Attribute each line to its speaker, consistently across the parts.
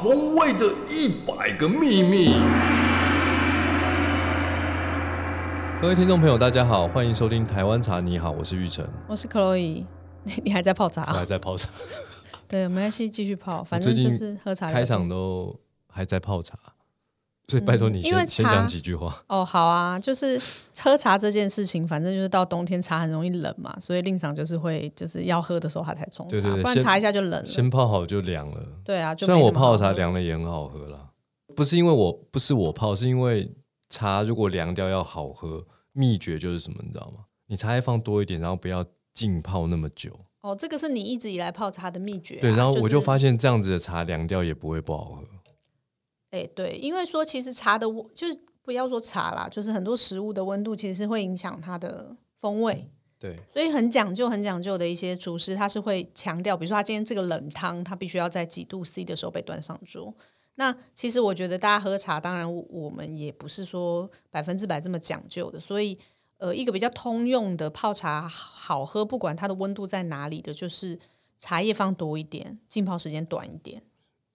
Speaker 1: 风味的一百个秘密。
Speaker 2: 各位听众朋友，大家好，欢迎收听《台湾茶》，你好，我是玉成，
Speaker 3: 我是 Chloe，你 你还在泡茶
Speaker 2: 我还
Speaker 3: 啊？
Speaker 2: 在泡茶，
Speaker 3: 对，没关系，继续泡，反
Speaker 2: 最
Speaker 3: 正
Speaker 2: 近
Speaker 3: 就是喝茶。
Speaker 2: 开场都还在泡茶，所以拜托你
Speaker 3: 嗯
Speaker 2: 先、
Speaker 3: 因为
Speaker 2: 先
Speaker 3: 茶
Speaker 2: 讲几句话。
Speaker 3: 哦，好啊，就是喝茶这件事情，反正就是到冬天茶很容易冷嘛，所以令赏就是会就是要喝的时候他才冲茶，
Speaker 2: 对对对
Speaker 3: 不然
Speaker 2: 先
Speaker 3: 茶一下就冷了。
Speaker 2: 先泡好就凉了，
Speaker 3: 对啊，呃就
Speaker 2: 虽然
Speaker 3: 没
Speaker 2: 我
Speaker 3: 那么好
Speaker 2: 泡茶
Speaker 3: 喝，
Speaker 2: 凉了也很好喝啦，不是因为我不是我泡，是因为茶如果凉掉要好喝，秘诀就是什么，你知道吗？你茶叶放多一点，然后不要浸泡那么久。
Speaker 3: 哦，这个是你一直以来泡茶的秘诀啊、
Speaker 2: 对，然后我
Speaker 3: 就
Speaker 2: 就是发现这样子的茶凉掉也不会不好喝。
Speaker 3: 哎、对，因为说其实茶的温，就是不要说茶啦，就是很多食物的温度其实是会影响它的风味，
Speaker 2: 对，
Speaker 3: 所以很讲究、很讲究的一些厨师，他是会强调，比如说他今天这个冷汤，他必须要在几度 C 的时候被端上桌。那其实我觉得大家喝茶，当然我我们也不是说百分之百这么讲究的，所以呃，一个比较通用的泡茶好喝，不管它的温度在哪里的，就是茶叶放多一点，浸泡时间短一点。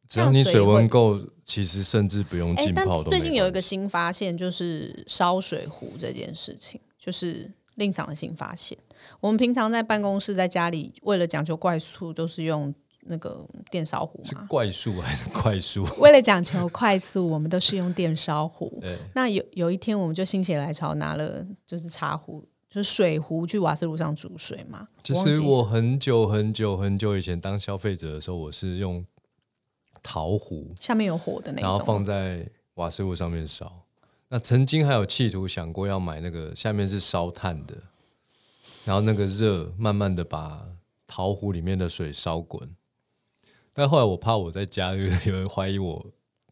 Speaker 2: 只要你
Speaker 3: 这样
Speaker 2: 水
Speaker 3: 水会
Speaker 2: 温够，其实甚至不用
Speaker 3: 哎
Speaker 2: 浸，
Speaker 3: 但
Speaker 2: 泡都没
Speaker 3: 最近有一个
Speaker 2: 关系
Speaker 3: 新发现，就是烧水壶这件事情，就是令赏的新发现。我们平常在办公室、在家里，为了讲究快速，都是用那个电烧壶
Speaker 2: 是
Speaker 3: 嘛。
Speaker 2: 怪速还是快速？
Speaker 3: 为了讲求快速，我们都是用电烧壶。
Speaker 2: 对，
Speaker 3: 那有有一天，我们就心血来潮，拿了就是茶壶，就是水壶去瓦斯炉上煮水嘛。
Speaker 2: 其
Speaker 3: 忘
Speaker 2: 实
Speaker 3: 记
Speaker 2: 我很久很久很久以前当消费者的时候，我是用陶壶，
Speaker 3: 下面有火的那
Speaker 2: 然后
Speaker 3: 种，
Speaker 2: 放在瓦斯炉上面烧。那曾经还有企图想过要买那个下面是烧炭的，然后那个热慢慢的把陶壶里面的水烧滚。但后来我怕我在家有有人怀疑我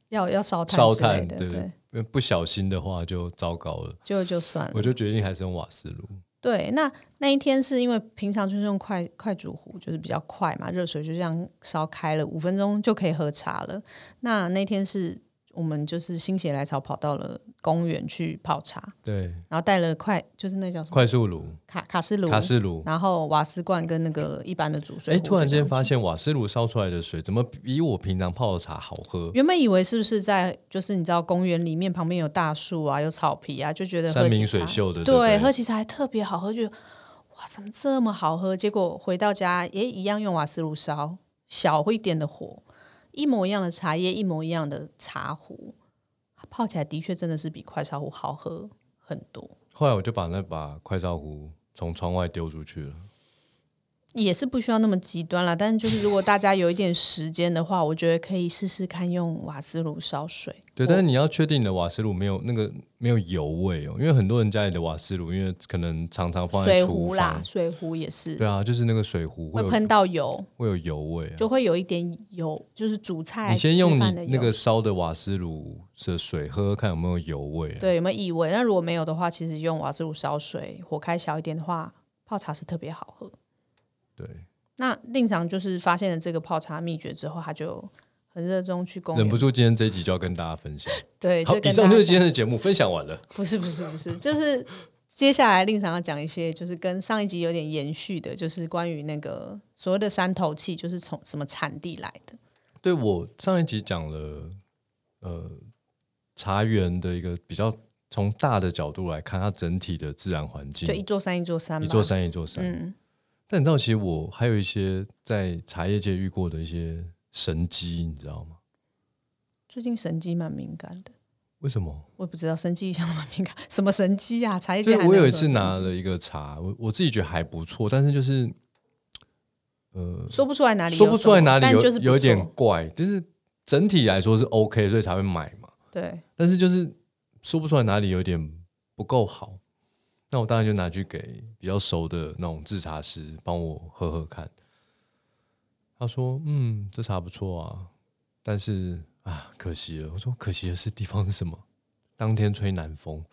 Speaker 3: 要要烧炭
Speaker 2: 烧
Speaker 3: 之类
Speaker 2: 炭，
Speaker 3: 的，
Speaker 2: 对，
Speaker 3: 对，
Speaker 2: 因为不小心的话就糟糕了。
Speaker 3: 就就算了。
Speaker 2: 我就决定还是用瓦斯炉。
Speaker 3: 对，那那一天是因为平常就是用快快煮壶，就是比较快嘛，热水就这样烧开了，五分钟就可以喝茶了。那那天是我们就是心血来潮跑到了公园去泡茶，
Speaker 2: 对，
Speaker 3: 然后带了快就是那叫什么
Speaker 2: 快速炉、
Speaker 3: 卡卡式炉，
Speaker 2: 卡式炉。
Speaker 3: 然后瓦斯罐跟那个一般的煮水
Speaker 2: 哎，
Speaker 3: 壶。
Speaker 2: 突然
Speaker 3: 就这
Speaker 2: 间
Speaker 3: 样
Speaker 2: 发现瓦斯炉烧出来的水怎么比我平常泡的茶好喝？
Speaker 3: 原本以为是不是在就是你知道公园里面旁边有大树啊，有草皮啊，就觉得喝
Speaker 2: 山
Speaker 3: 起
Speaker 2: 明
Speaker 3: 茶
Speaker 2: 水秀的对不对
Speaker 3: 对，喝起茶还特别好喝，就觉得哇怎么这么好喝？结果回到家也一样用瓦斯炉烧，小一点的火，一模一样的茶叶，一模一样的茶壶，啊泡起来的确真的是比快烧壶好喝很多，
Speaker 2: 后来我就把那把快烧壶从窗外丢出去了。
Speaker 3: 也是不需要那么极端啦。但是就是如果大家有一点时间的话，我觉得可以试试看用瓦斯炉烧水。
Speaker 2: 对，但是你要确定你的瓦斯炉没有那个没有油味哦，因为很多人家里的瓦斯炉，因为可能常常放在
Speaker 3: 水
Speaker 2: 厨
Speaker 3: 壶啦
Speaker 2: 房，，
Speaker 3: 水壶也是。
Speaker 2: 对啊，就是那个水壶会
Speaker 3: 会
Speaker 2: 有
Speaker 3: 喷到油，
Speaker 2: 会有油味啊。
Speaker 3: 就会有一点油，就是煮菜
Speaker 2: 你先用
Speaker 3: 吃饭的
Speaker 2: 你
Speaker 3: 油
Speaker 2: 那个烧的瓦斯炉的水喝喝看有没有油味啊、
Speaker 3: 对有没有异味？那如果没有的话，其实用瓦斯炉烧水，火开小一点的话，泡茶是特别好喝。
Speaker 2: 对，
Speaker 3: 那令长就是发现了这个泡茶秘诀之后，他就很热衷去公
Speaker 2: 忍不
Speaker 3: 园。
Speaker 2: 住今天这一集就要跟大家分享。
Speaker 3: 对，就
Speaker 2: 好，
Speaker 3: 跟
Speaker 2: 以
Speaker 3: 大
Speaker 2: 上
Speaker 3: 家
Speaker 2: 就是
Speaker 3: 讲
Speaker 2: 今天的节目，分享完了。
Speaker 3: 不是不是不是，就是接下来令常要讲一些，就是跟上一集有点延续的，就是关于那个所谓的山头气，就是从什么产地来的。
Speaker 2: 对我上一集讲了，呃，茶园的一个比较从大的角度来看，它整体的自然环境
Speaker 3: 就，一座山一座山嘛，
Speaker 2: 一座山一座山。
Speaker 3: 嗯，
Speaker 2: 但你知道，其实我还有一些在茶叶界遇过的一些神机，你知道吗？
Speaker 3: 最近神机蛮敏感的。
Speaker 2: 为什么？
Speaker 3: 我也不知道神机一向都蛮敏感，什么神机啊？茶叶
Speaker 2: 所以
Speaker 3: 界还
Speaker 2: 我
Speaker 3: 能
Speaker 2: 有一
Speaker 3: 什么
Speaker 2: 次
Speaker 3: 神
Speaker 2: 拿
Speaker 3: 机
Speaker 2: 了一个茶，我我自己觉得还不错，但是就是
Speaker 3: 说不出来哪里有
Speaker 2: 说
Speaker 3: 什么，
Speaker 2: 不出来哪里
Speaker 3: 但
Speaker 2: 有
Speaker 3: 就是不
Speaker 2: 有一点
Speaker 3: 错
Speaker 2: 怪，就是整体来说是 OK，所以才会买嘛。
Speaker 3: 对，
Speaker 2: 但是就是说不出来哪里有点不够好。那我当然就拿去给比较熟的那种制茶师帮我喝喝看。他说：“嗯，这茶不错啊，但是啊，可惜了。”我说：“可惜的是地方是什么？当天吹南风。”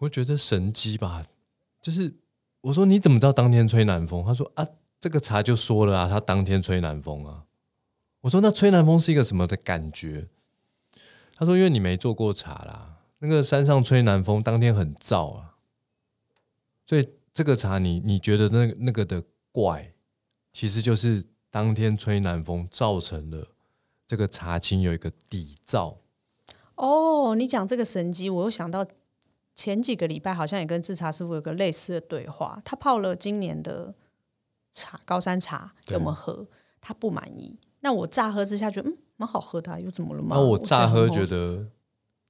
Speaker 2: 我就觉得神机吧，就是我说你怎么知道当天吹南风？他说：“啊，这个茶就说了啊，他当天吹南风啊。”我说：“那吹南风是一个什么的感觉？”他说：“因为你没做过茶啦，那个山上吹南风，当天很燥啊，所以这个茶你你觉得那个那个的怪，其实就是当天吹南风造成了这个茶青有一个底燥，
Speaker 3: 哦，你讲这个神机，我又想到前几个礼拜好像也跟制茶师傅有个类似的对话。他泡了今年的茶高山茶给
Speaker 2: 对
Speaker 3: 我们喝，他不满意。那我乍喝之下觉得嗯蛮好喝的、啊，又怎么了嘛？
Speaker 2: 那我乍喝觉
Speaker 3: 得
Speaker 2: 得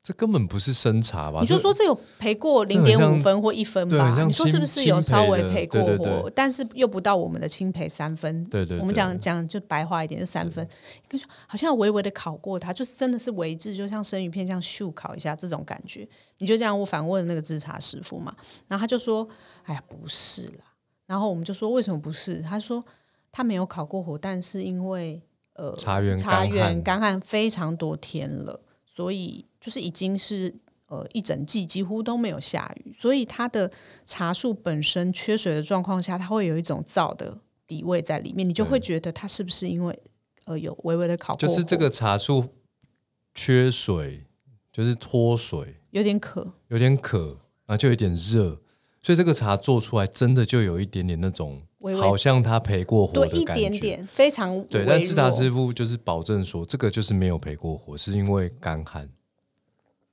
Speaker 2: 这根本不是生茶
Speaker 3: 很
Speaker 2: 吧？
Speaker 3: 好，你就
Speaker 2: 这
Speaker 3: 说这有赔过
Speaker 2: 这
Speaker 3: 零
Speaker 2: 很
Speaker 3: 点五
Speaker 2: 像
Speaker 3: 分或一分
Speaker 2: 对很
Speaker 3: 吧？
Speaker 2: 像
Speaker 3: 你说是不是
Speaker 2: 清
Speaker 3: 有
Speaker 2: 清
Speaker 3: 稍
Speaker 2: 赔
Speaker 3: 微
Speaker 2: 的
Speaker 3: 赔过
Speaker 2: 对
Speaker 3: 我？
Speaker 2: 对对
Speaker 3: 但是又不到我们的清赔三分。
Speaker 2: 对对对
Speaker 3: 我们讲讲就白话一点，就三分，感觉好像有微微的烤过它，就是真的是微制，就像生鱼片这样咻烤一下这种感觉。你就这样，我反问那个制茶师傅嘛，然后他就说：“哎呀，不是啦。”然后我们就说：“为什么不是？”他说：“他没有烤过火，但是因为呃，
Speaker 2: 茶园
Speaker 3: 茶
Speaker 2: 干
Speaker 3: 园
Speaker 2: 旱
Speaker 3: 干旱非常多天了，所以就是已经是呃一整季几乎都没有下雨，所以它的茶树本身缺水的状况下，它会有一种燥的底味在里面，你就会觉得它是不是因为呃有微微的烤过
Speaker 2: 嗯就
Speaker 3: 火，
Speaker 2: 是这个茶树缺水，就是脱水，
Speaker 3: 有点渴，
Speaker 2: 有点渴，然后就有点热，所以这个茶做出来真的就有一点点那种
Speaker 3: 微微
Speaker 2: 好像他陪过火
Speaker 3: 多
Speaker 2: 的
Speaker 3: 一
Speaker 2: 感
Speaker 3: 点
Speaker 2: 觉。
Speaker 3: 点，非常
Speaker 2: 对，
Speaker 3: 微
Speaker 2: 但制茶
Speaker 3: 弱
Speaker 2: 师傅就是保证说，这个就是没有陪过火，是因为干旱。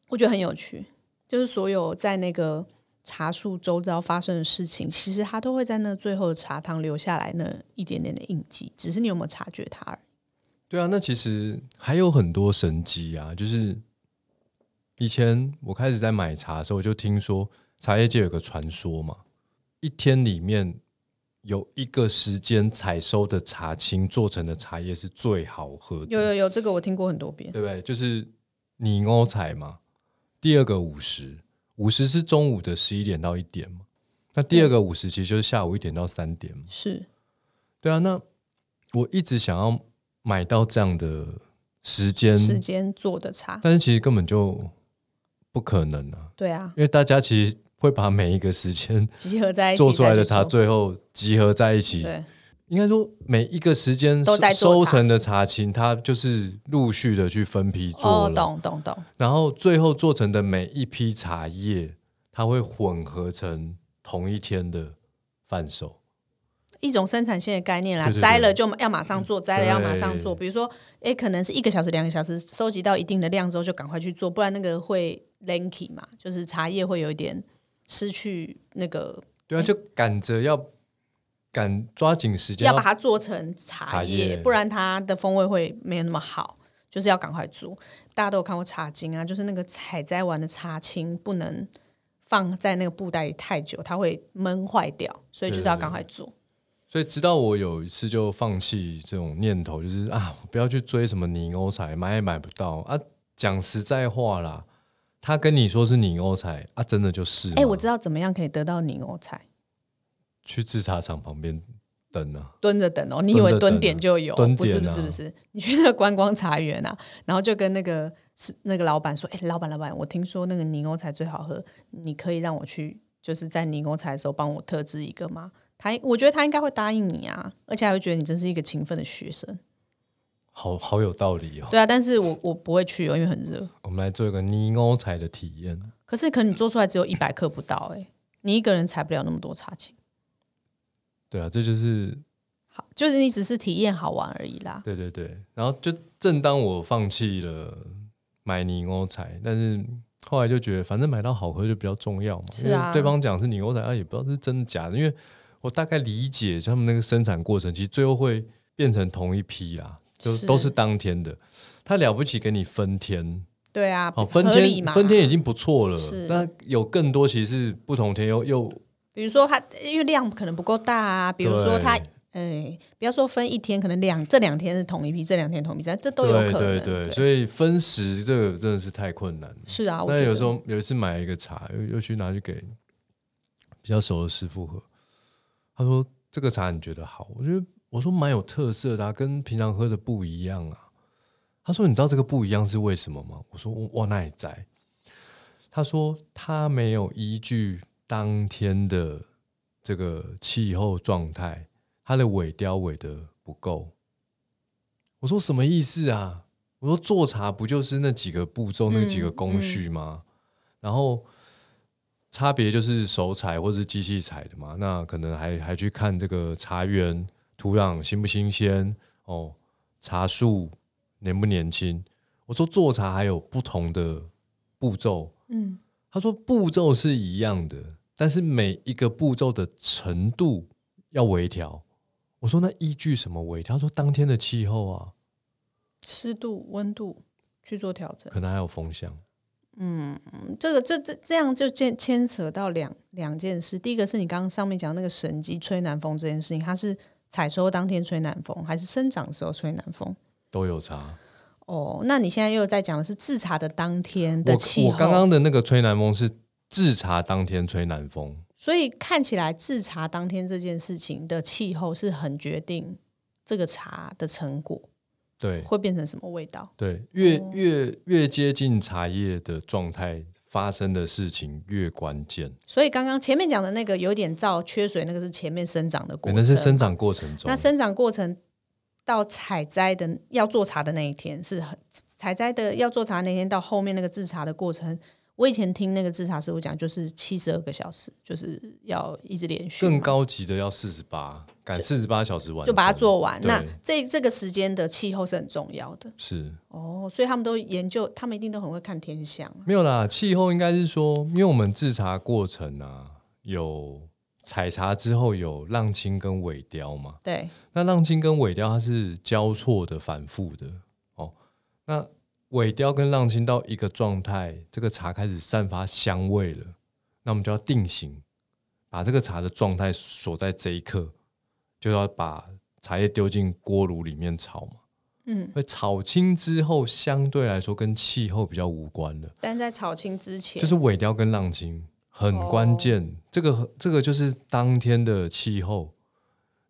Speaker 3: 我觉得很有趣，就是所有在那个茶树周遭发生的事情，其实它都会在那最后的茶汤留下来那一点点的印记，只是你有没有察觉它而已。
Speaker 2: 对啊，那其实还有很多神机啊，就是以前我开始在买茶的时候，我就听说茶叶界有个传说嘛，一天里面有一个时间采收的茶青做成的茶叶是最好喝
Speaker 3: 有
Speaker 2: 的，
Speaker 3: 有有，这个我听过很多遍。
Speaker 2: 对不对？就是你欧采嘛，第二个午时，午时是中午的十一点到一点嘛，那第二个午时其实就是下午一点到三点嘛。
Speaker 3: 是
Speaker 2: 对啊，那我一直想要买到这样的时间，
Speaker 3: 时间做的茶，
Speaker 2: 但是其实根本就不可能啊，
Speaker 3: 对啊，
Speaker 2: 因为大家其实会把每一个时间
Speaker 3: 集合在一起
Speaker 2: 做出来的
Speaker 3: 再
Speaker 2: 茶
Speaker 3: 去
Speaker 2: 最后集合在一起。
Speaker 3: 对
Speaker 2: 应该说每一个时间
Speaker 3: 都在做
Speaker 2: 收
Speaker 3: 茶
Speaker 2: 成的茶青，它就是陆续的去分批做
Speaker 3: 哦，
Speaker 2: 了，
Speaker 3: 懂懂懂，
Speaker 2: 然后最后做成的每一批茶叶，它会混合成同一天的贩售。
Speaker 3: 一种生产线的概念啦，
Speaker 2: 对对对
Speaker 3: 摘了就要马上做，摘了要马上
Speaker 2: 对
Speaker 3: 做。比如说，诶，可能是一个小时、两个小时，收集到一定的量之后就赶快去做，不然那个会 lanky 嘛，就是茶叶会有一点失去那个，
Speaker 2: 对啊，就赶着要赶抓紧时间
Speaker 3: 要把它做成茶
Speaker 2: 茶
Speaker 3: 叶，
Speaker 2: 叶
Speaker 3: 不然它的风味会没有那么好。就是要赶快做，大家都有看过茶经啊，就是那个采摘完的茶青不能放在那个布袋里太久，它会闷坏掉，所以就是要赶快做。
Speaker 2: 所以，直到我有一次就放弃这种念头，就是啊，我不要去追什么泥欧彩，买也买不到啊。讲实在话啦，他跟你说是泥欧彩啊，真的就是吗。
Speaker 3: 哎、我知道怎么样可以得到柠檬菜。
Speaker 2: 去制茶厂旁边等啊，
Speaker 3: 蹲着等哦，你以为
Speaker 2: 蹲
Speaker 3: 蹲
Speaker 2: 着
Speaker 3: 点
Speaker 2: 等啊
Speaker 3: 就有？
Speaker 2: 蹲
Speaker 3: 不是
Speaker 2: 点啊
Speaker 3: 不是不是， 你去那个观光茶园啊，然后就跟那个是那个老板说：“哎、老板老板，我听说那个柠檬茶最好喝，你可以让我去，就是在柠檬茶的时候帮我特制一个吗？”他我觉得他应该会答应你啊，而且还会觉得你真是一个勤奋的学生。
Speaker 2: 好好有道理哦。
Speaker 3: 对啊，但是我我不会去哦，因为很热。
Speaker 2: 我们来做一个泥欧彩的体验，
Speaker 3: 可是可能你做出来只有一百克不到、哎，你一个人采不了那么多茶青。
Speaker 2: 对啊，这就是
Speaker 3: 好，就是你只是体验好玩而已啦。
Speaker 2: 对对对。然后就正当我放弃了买泥欧彩，但是后来就觉得反正买到好喝就比较重要嘛，
Speaker 3: 是啊
Speaker 2: 因为对方讲是泥欧彩，啊也不知道是真的假的，因为我大概理解他们那个生产过程，其实最后会变成同一批啦，就是都是当天的。他了不起给你分天，
Speaker 3: 对啊，
Speaker 2: 好哦分
Speaker 3: 合理
Speaker 2: 天
Speaker 3: 嘛
Speaker 2: 分天已经不错了
Speaker 3: 是，
Speaker 2: 但有更多其实是不同天又又
Speaker 3: 比如说它因为量可能不够大啊，比如说它
Speaker 2: 对，
Speaker 3: 哎，不要说分一天，可能两这两天是同一批，这两天同一批，这都有
Speaker 2: 对
Speaker 3: 可
Speaker 2: 对
Speaker 3: 能。
Speaker 2: 对，所以分时这个真的是太困难了。
Speaker 3: 是啊，我
Speaker 2: 那
Speaker 3: 觉
Speaker 2: 有
Speaker 3: 得
Speaker 2: 时候有一次买一个茶，又又去拿去给比较熟的师傅喝，他说这个茶你觉得好？我觉得我说蛮有特色的、啊，跟平常喝的不一样啊。他说你知道这个不一样是为什么吗？我说哇那也在。他说他没有依据当天的这个气候状态，他的尾雕尾的不够。我说什么意思啊？我说做茶不就是那几个步骤、那几个工序吗？然后差别就是手采或是机器采的嘛。那可能还还去看这个茶园、土壤新不新鲜哦，茶树年不年轻？我说做茶还有不同的步骤，
Speaker 3: 嗯，
Speaker 2: 他说步骤是一样的，但是每一个步骤的程度要微调。我说那依据什么微调？他说当天的气候啊，
Speaker 3: 湿度、温度去做调整。
Speaker 2: 可能还有风向。
Speaker 3: 这个这这这样就牵牵扯到两两件事，第一个是你刚刚上面讲那个神机吹南风这件事情，它是采收当天吹南风，还是生长时候吹南风？
Speaker 2: 都有差。
Speaker 3: 哦，那你现在又在讲的是制茶的当天的气
Speaker 2: 我
Speaker 3: 候，
Speaker 2: 我刚刚的那个吹南风是制茶当天吹南风，
Speaker 3: 所以看起来制茶当天这件事情的气候是很决定这个茶的成果
Speaker 2: 对
Speaker 3: 会变成什么味道。
Speaker 2: 对，越越越接近茶叶的状态，发生的事情越关键，
Speaker 3: 所以刚刚前面讲的那个有点燥、缺水，那个是前面生长的过
Speaker 2: 可
Speaker 3: 程，
Speaker 2: 哎能是生长过程中
Speaker 3: 那。生长过程到采摘的要做茶的那一天是很采摘的要做茶那天到后面那个制茶的过程，我以前听那个制茶师傅讲，就是七十二个小时，就是要一直连续嘛
Speaker 2: 更高级的要四十八，赶四十八小时完成，
Speaker 3: 就把它做完。
Speaker 2: 对
Speaker 3: 那这这个时间的气候是很重要的
Speaker 2: 是
Speaker 3: 哦，所以他们都研究，他们一定都很会看天象啊。
Speaker 2: 没有啦。气候应该是说，因为我们制茶过程啊，有采茶之后有浪青跟尾雕嘛，
Speaker 3: 对，
Speaker 2: 那浪青跟尾雕它是交错的、反复的哦。那尾雕跟浪青到一个状态，这个茶开始散发香味了，那我们就要定型，把这个茶的状态锁在这一刻，就要把茶叶丢进锅炉里面炒嘛。
Speaker 3: 嗯，
Speaker 2: 会炒青之后，相对来说跟气候比较无关了。
Speaker 3: 但在炒青之前，
Speaker 2: 就是尾雕跟浪青很关键。这个这个就是当天的气候，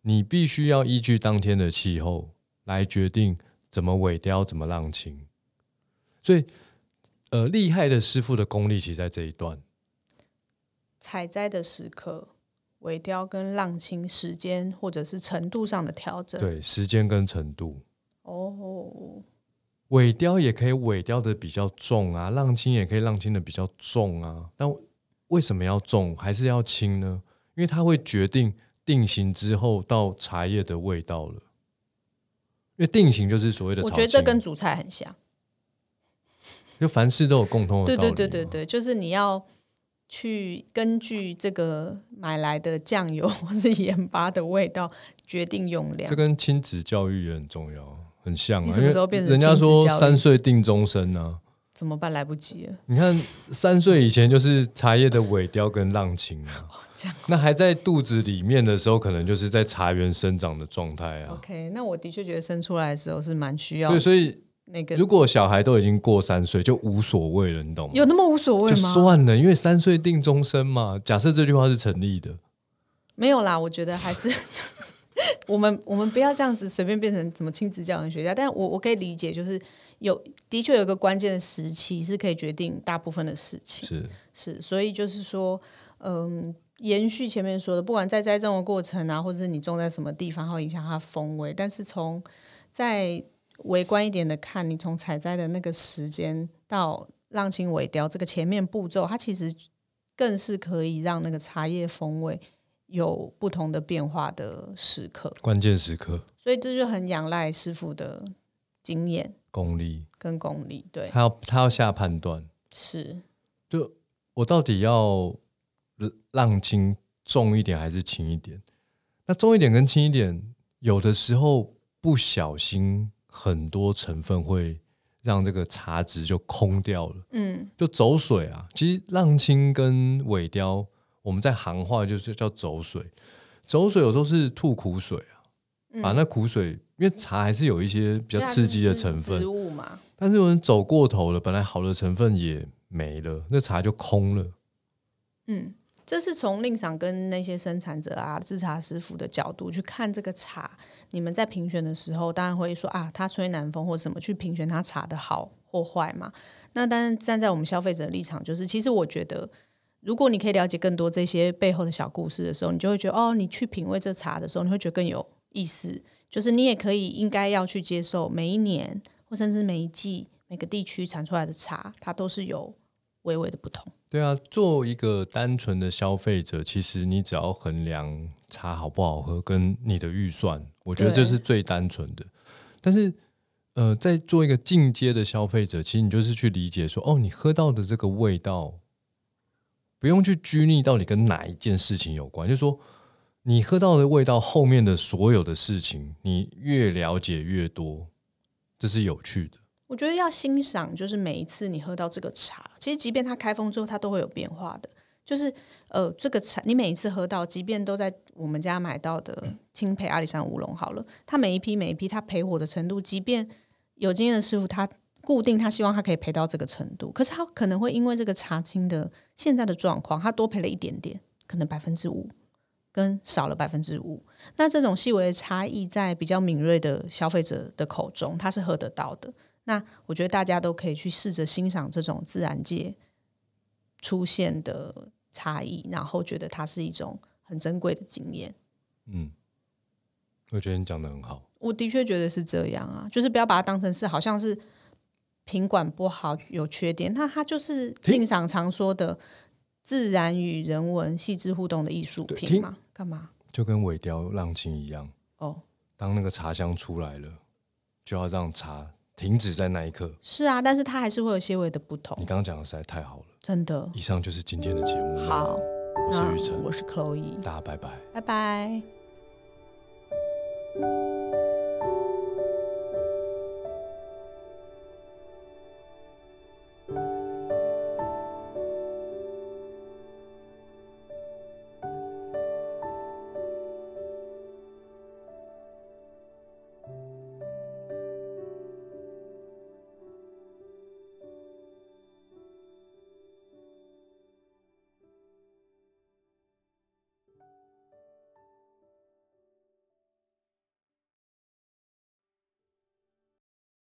Speaker 2: 你必须要依据当天的气候来决定怎么尾雕，怎么浪青。所以，呃，厉害的师傅的功力其实在这一段。
Speaker 3: 采摘的时刻。尾雕跟浪青时间或者是程度上的调整，
Speaker 2: 对时间跟程度，
Speaker 3: 哦，
Speaker 2: 尾雕也可以尾雕的比较重啊，浪青也可以浪青的比较重啊。但为什么要重还是要轻呢？因为它会决定定型之后到茶叶的味道了。因为定型就是所谓的
Speaker 3: 我
Speaker 2: 炒
Speaker 3: 觉得这
Speaker 2: 青
Speaker 3: 跟煮菜很像。
Speaker 2: 就凡事都有共通的
Speaker 3: 对
Speaker 2: 道理哦
Speaker 3: 对
Speaker 2: 嘛。
Speaker 3: 对对对，就是你要去根据这个买来的酱油 或是盐巴的味道决定用量
Speaker 2: 这。跟亲子教育也很重要，很像、啊。
Speaker 3: 你什么
Speaker 2: 因为
Speaker 3: 时候变成
Speaker 2: 人家
Speaker 3: 亲子
Speaker 2: 说
Speaker 3: 教育
Speaker 2: 三岁定终身啊呢、
Speaker 3: 怎么办？来不及了，
Speaker 2: 你看三岁以前就是茶叶的尾雕跟浪青 啊，
Speaker 3: 哦这样。
Speaker 2: 那还在肚子里面的时候，可能就是在茶园生长的状态啊。
Speaker 3: OK，那我的确觉得生出来的时候是蛮需要
Speaker 2: 对，所以
Speaker 3: 哦那个，
Speaker 2: 如果小孩都已经过三岁，就无所谓了，你懂吗？
Speaker 3: 有那么无所谓
Speaker 2: 就
Speaker 3: 吗？
Speaker 2: 算了，因为三岁定终身嘛。假设这句话是成立的，
Speaker 3: 没有啦，我觉得还是 我们我们不要这样子随便变成什么亲子教育学家，但我我可以理解，就是有的确有一个关键的时期是可以决定大部分的事情。
Speaker 2: 是
Speaker 3: 是，所以就是说，嗯，延续前面说的，不管在栽种的过程啊，或者是你种在什么地方，它会影响它的风味。但是从再微观一点的看，你从采摘的那个时间到浪青尾雕这个前面步骤，它其实更是可以让那个茶叶风味有不同的变化的时刻。
Speaker 2: 关键时刻
Speaker 3: 所以这就很仰赖师傅的经验
Speaker 2: 功力，
Speaker 3: 跟功力。对，
Speaker 2: 他要他要下判断，
Speaker 3: 是
Speaker 2: 就我到底要浪轻重一点还是轻一点？那重一点跟轻一点，有的时候不小心很多成分会让这个茶汁就空掉了。
Speaker 3: 嗯，
Speaker 2: 就走水啊。其实浪青跟尾雕，我们在行话就是叫走水。走水有时候是吐苦水啊，把那苦水，因为茶还是有一些比较
Speaker 3: 嗯对啊
Speaker 2: 刺
Speaker 3: 就
Speaker 2: 激的
Speaker 3: 是
Speaker 2: 成分
Speaker 3: 植，物嘛，
Speaker 2: 但是有人走过头了，本来好的成分也没了，那茶就空了。
Speaker 3: 嗯，这是从令赏跟那些生产者啊、制茶师傅的角度去看这个茶。你们在评选的时候，当然会说啊，他吹南风或什么去评选他茶的好或坏嘛。那但是站在我们消费者的立场，就是其实我觉得，如果你可以了解更多这些背后的小故事的时候，你就会觉得哦，你去品味这茶的时候，你会觉得更有意思。就是你也可以应该要去接受每一年或甚至每一季每个地区产出来的茶，它都是有微微的不同。
Speaker 2: 对啊，做一个单纯的消费者，其实你只要衡量茶好不好喝跟你的预算，我觉得
Speaker 3: 对
Speaker 2: 这是最单纯的。但是，呃，在做一个进阶的消费者，其实你就是去理解说，哦，你喝到的这个味道，不用去拘泥到底跟哪一件事情有关，就是说你喝到的味道后面的所有的事情，你越了解越多，这是有趣的。
Speaker 3: 我觉得要欣赏，就是每一次你喝到这个茶，其实即便它开封之后，它都会有变化的。就是呃，这个茶你每一次喝到，即便都在我们家买到的青培阿里山乌龙好了，它每一批每一批它焙火的程度，即便有经验的师傅他固定他希望他可以焙到这个程度，可是他可能会因为这个茶青的现在的状况，他多焙了一点点，可能百分之五。跟少了百分之五，那这种细微的差异，在比较敏锐的消费者的口中，他是喝得到的。那我觉得大家都可以去试着欣赏这种自然界出现的差异，然后觉得它是一种很珍贵的经验。
Speaker 2: 嗯，我觉得你讲的很好。
Speaker 3: 我的确觉得是这样啊，就是不要把它当成是好像是品管不好有缺点，那它就是
Speaker 2: 停
Speaker 3: 令赏常说的自然与人文细致互动的艺术
Speaker 2: 对
Speaker 3: 品
Speaker 2: 停
Speaker 3: 嘛？干嘛？
Speaker 2: 就跟尾雕浪琴一样，
Speaker 3: 哦，
Speaker 2: 当那个茶香出来了，就要让茶停止在那一刻。
Speaker 3: 是啊，但是它还是会有些微的不
Speaker 2: 你
Speaker 3: 同，
Speaker 2: 刚刚讲的实在太好了。
Speaker 3: 真的。
Speaker 2: 以上就是今天的节目内容
Speaker 3: 好，
Speaker 2: 我是
Speaker 3: 那
Speaker 2: 雨辰，
Speaker 3: 我是 Chloe，
Speaker 2: 大家拜拜。
Speaker 3: 拜拜。